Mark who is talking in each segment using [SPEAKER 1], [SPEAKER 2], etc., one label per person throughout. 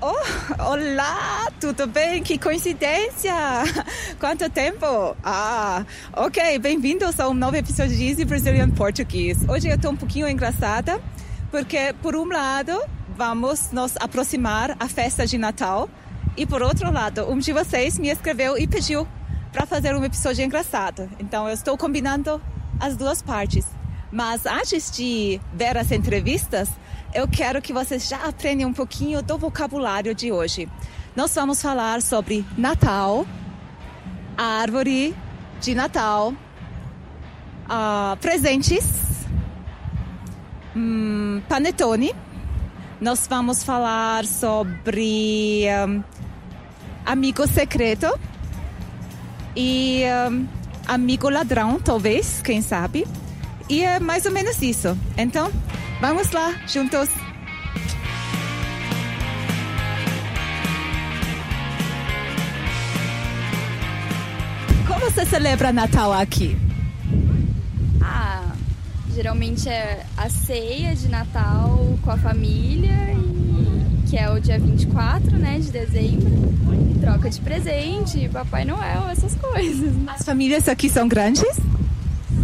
[SPEAKER 1] Oh, olá, tudo bem? Que coincidência! Quanto tempo! Ah, ok, bem-vindos a um novo episódio de Easy Brazilian Portuguese. Hoje eu estou um pouquinho engraçada, porque por um lado vamos nos aproximar à festa de Natal e por outro lado um de vocês me escreveu e pediu para fazer um episódio engraçado. Então eu estou combinando as duas partes. Mas antes de ver as entrevistas, eu quero que vocês já aprendam um pouquinho do vocabulário de hoje. Nós vamos falar sobre Natal, árvore de Natal, ah, presentes, hum, panetone. Nós vamos falar sobre hum, amigo secreto e hum, amigo ladrão, talvez, quem sabe. E é mais ou menos isso. Então, vamos lá, juntos. Como você celebra Natal aqui?
[SPEAKER 2] Ah, geralmente é a ceia de Natal com a família, e- que é o dia 24, né, de dezembro. E troca de presente, Papai Noel, essas coisas.
[SPEAKER 1] As famílias aqui são grandes?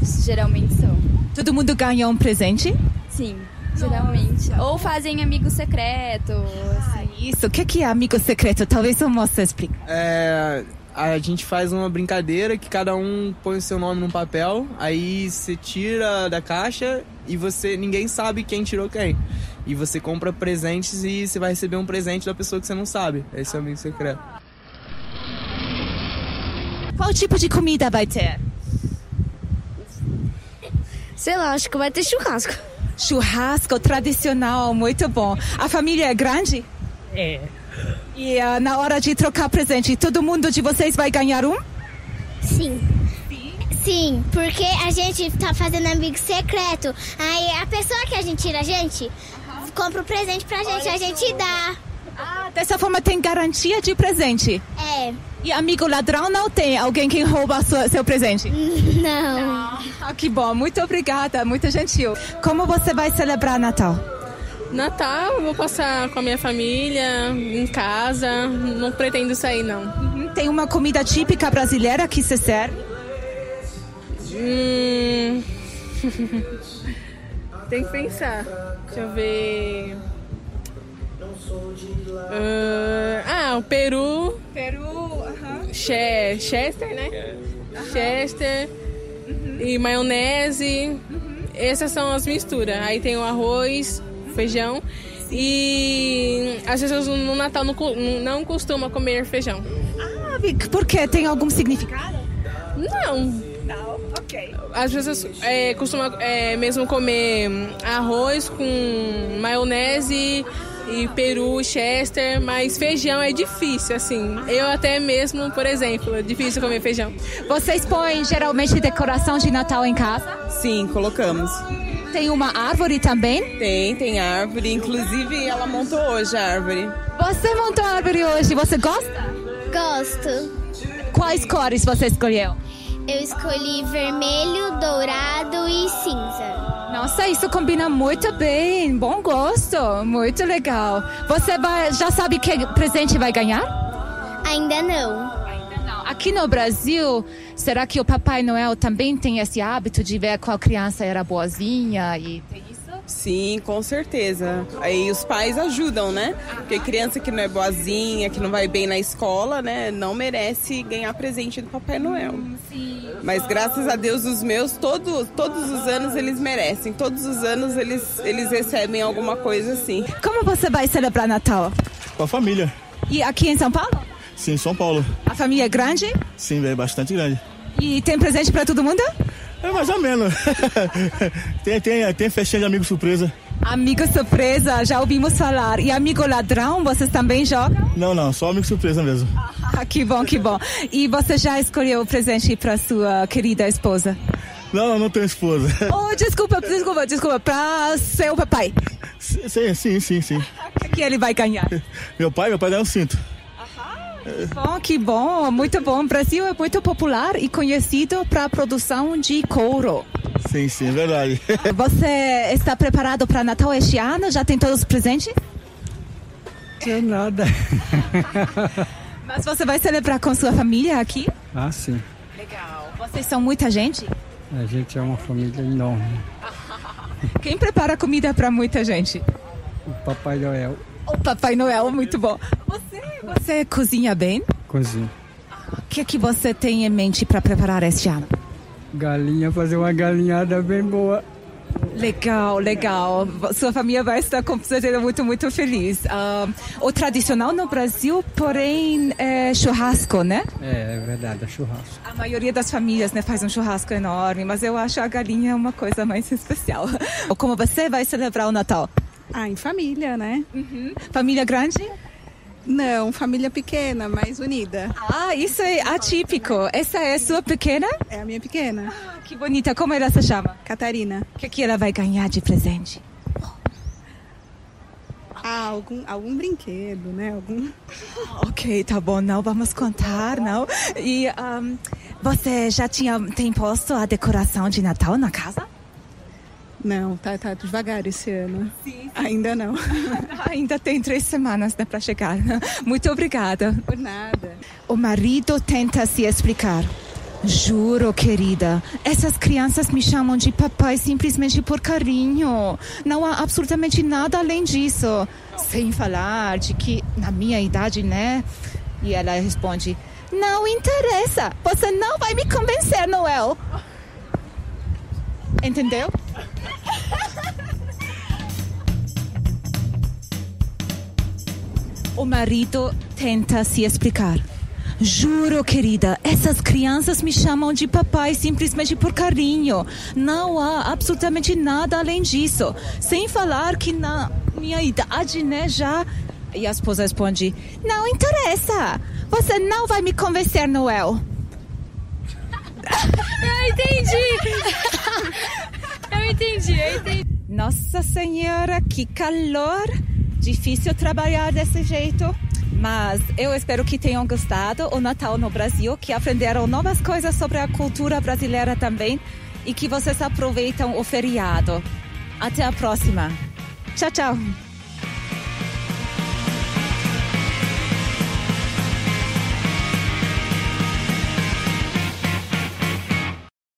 [SPEAKER 2] Mas geralmente são.
[SPEAKER 1] Todo mundo ganhou um presente?
[SPEAKER 2] Sim, geralmente. Ou fazem amigo secreto. assim.
[SPEAKER 1] Isso, o que que é amigo secreto? Talvez o moço explique.
[SPEAKER 3] É, a gente faz uma brincadeira que cada um põe o seu nome num papel, aí você tira da caixa e você ninguém sabe quem tirou quem. E você compra presentes e você vai receber um presente da pessoa que você não sabe. Esse é o amigo secreto.
[SPEAKER 1] Qual tipo de comida vai ter?
[SPEAKER 4] Sei lá, acho que vai ter churrasco.
[SPEAKER 1] Churrasco tradicional, muito bom. A família é grande?
[SPEAKER 5] É.
[SPEAKER 1] E ah, na hora de trocar presente, todo mundo de vocês vai ganhar um?
[SPEAKER 6] Sim. Sim, porque a gente tá fazendo amigo secreto. Aí a pessoa que a gente tira a gente compra o presente pra gente, a gente dá.
[SPEAKER 1] Ah, Dessa forma tem garantia de presente.
[SPEAKER 6] É,
[SPEAKER 1] E amigo ladrão não tem alguém que rouba a sua- seu presente.
[SPEAKER 6] não.
[SPEAKER 1] Ah, que bom, muito obrigada, muito gentil. Como você vai celebrar Natal?
[SPEAKER 7] Natal, eu vou passar com a minha família, em casa. Não pretendo sair, não.
[SPEAKER 1] Uhum, Tem uma comida típica brasileira que se serve?
[SPEAKER 7] Hum... Tem que pensar. Deixa eu ver. Ah, ah, o Peru.
[SPEAKER 1] Peru,
[SPEAKER 7] Che- Chester, né? Chester. E maionese. Essas são as misturas. Aí tem o arroz, feijão. E as pessoas no Natal não, co- não costumam comer feijão.
[SPEAKER 1] Ah, Por quê? Tem algum significado?
[SPEAKER 7] Não.
[SPEAKER 1] Não, ok.
[SPEAKER 7] As pessoas é, costumam é, mesmo comer arroz com maionese e peru, chester, mas feijão é difícil, assim. Eu até mesmo, por exemplo, é difícil comer feijão.
[SPEAKER 1] Vocês põem geralmente decoração de Natal em casa?
[SPEAKER 8] Sim, colocamos.
[SPEAKER 1] Tem uma árvore também?
[SPEAKER 8] Tem, tem árvore. Inclusive, ela montou hoje a árvore.
[SPEAKER 1] Você montou a árvore hoje, você gosta?
[SPEAKER 6] Gosto.
[SPEAKER 1] Quais cores você escolheu?
[SPEAKER 6] Eu escolhi vermelho, dourado e cinza.
[SPEAKER 1] Nossa, isso combina muito bem. Bom gosto, muito legal. Você vai- já sabe que presente vai ganhar?
[SPEAKER 6] Ainda não.
[SPEAKER 1] Aqui no Brasil, será que o Papai Noel também tem esse hábito de ver qual criança era boazinha e tem isso?
[SPEAKER 8] Sim, com certeza. Aí os pais ajudam, né? Porque criança que não é boazinha, que não vai bem na escola, né? Não merece ganhar presente do Papai Noel. Mas graças a Deus, os meus, todo, todos os anos eles merecem. Todos os anos eles, eles recebem alguma coisa assim.
[SPEAKER 1] Como você vai celebrar Natal?
[SPEAKER 9] Com a família.
[SPEAKER 1] E aqui em São Paulo?
[SPEAKER 9] Sim, São Paulo.
[SPEAKER 1] A família é grande
[SPEAKER 9] Sim, é bastante grande.
[SPEAKER 1] e tem presente para todo mundo?
[SPEAKER 9] É mais ou menos. tem, tem, tem festinha de amigo surpresa.
[SPEAKER 1] Amigo surpresa, já ouvimos falar. E amigo ladrão, vocês também jogam?
[SPEAKER 9] Não, não, só amigo surpresa mesmo.
[SPEAKER 1] Ah, que bom, que bom. E você já escolheu o presente para sua querida esposa?
[SPEAKER 9] Não, não, não tenho esposa.
[SPEAKER 1] Oh, desculpa, desculpa, desculpa. Pra seu papai.
[SPEAKER 9] sim, sim, sim, sim, sim.
[SPEAKER 1] O que que ele vai ganhar?
[SPEAKER 9] Meu pai, meu pai dá um cinto.
[SPEAKER 1] Bom, que bom, muito bom. O Brasil é muito popular e conhecido para a produção de couro.
[SPEAKER 9] Sim, sim, é verdade.
[SPEAKER 1] Você está preparado para Natal este ano? Já tem todos os presentes?
[SPEAKER 5] Sei nada.
[SPEAKER 1] Mas você vai celebrar com sua família aqui?
[SPEAKER 5] Ah, sim.
[SPEAKER 1] Legal. Vocês são muita gente?
[SPEAKER 5] A gente é uma família enorme.
[SPEAKER 1] Quem prepara comida para muita gente?
[SPEAKER 5] O Papai Noel
[SPEAKER 1] O Papai Noel, muito bom. Você, você cozinha bem?
[SPEAKER 5] cozinha.
[SPEAKER 1] O que, que você tem em mente para preparar este ano?
[SPEAKER 5] Galinha, fazer uma galinhada bem boa.
[SPEAKER 1] Legal, legal. Sua família vai estar com certeza muito, muito feliz. Ah, o tradicional no Brasil, porém, é churrasco, né?
[SPEAKER 5] É, é verdade, é churrasco.
[SPEAKER 1] A maioria das famílias né, faz um churrasco enorme, mas eu acho a galinha uma coisa mais especial. Como você vai celebrar o Natal?
[SPEAKER 10] Ah, em família, né?
[SPEAKER 1] Uhum. Família grande?
[SPEAKER 10] Não, família pequena, mas unida.
[SPEAKER 1] Ah, isso é atípico. Essa é sua pequena? Ah,
[SPEAKER 10] É a minha pequena,
[SPEAKER 1] Que bonita. Como ela se chama?
[SPEAKER 10] Catarina.
[SPEAKER 1] O que, que ela vai ganhar de presente?
[SPEAKER 10] Ah, algum, algum brinquedo, né? Algum...
[SPEAKER 1] Ok, tá bom. Não vamos contar, não. E ahm, você já tinha tem posto a decoração de Natal na casa?
[SPEAKER 10] Não, tá, tá devagar esse ano. Sim, Ainda não.
[SPEAKER 1] Ainda tem três semanas né, para chegar. Muito obrigada.
[SPEAKER 10] Por nada.
[SPEAKER 1] O marido tenta se explicar. Juro, querida, essas crianças me chamam de papai simplesmente por carinho. Não há absolutamente nada além disso. Sem falar de que na minha idade, né? E ela responde: Não interessa, você não vai me convencer, Noel. Entendeu? O marido tenta se explicar. Juro, querida, essas crianças me chamam de papai simplesmente por carinho. Não há absolutamente nada além disso. Sem falar que na minha idade, né, já. E a esposa responde: Não interessa. Você não vai me convencer, Noel.
[SPEAKER 2] Eu Ah, entendi! eu entendi, eu entendi.
[SPEAKER 1] Nossa Senhora, que calor! Difícil trabalhar desse jeito. Mas eu espero que tenham gostado o Natal no Brasil, que aprenderam novas coisas sobre a cultura brasileira também e que vocês aproveitam o feriado. Até a próxima. Tchau, tchau.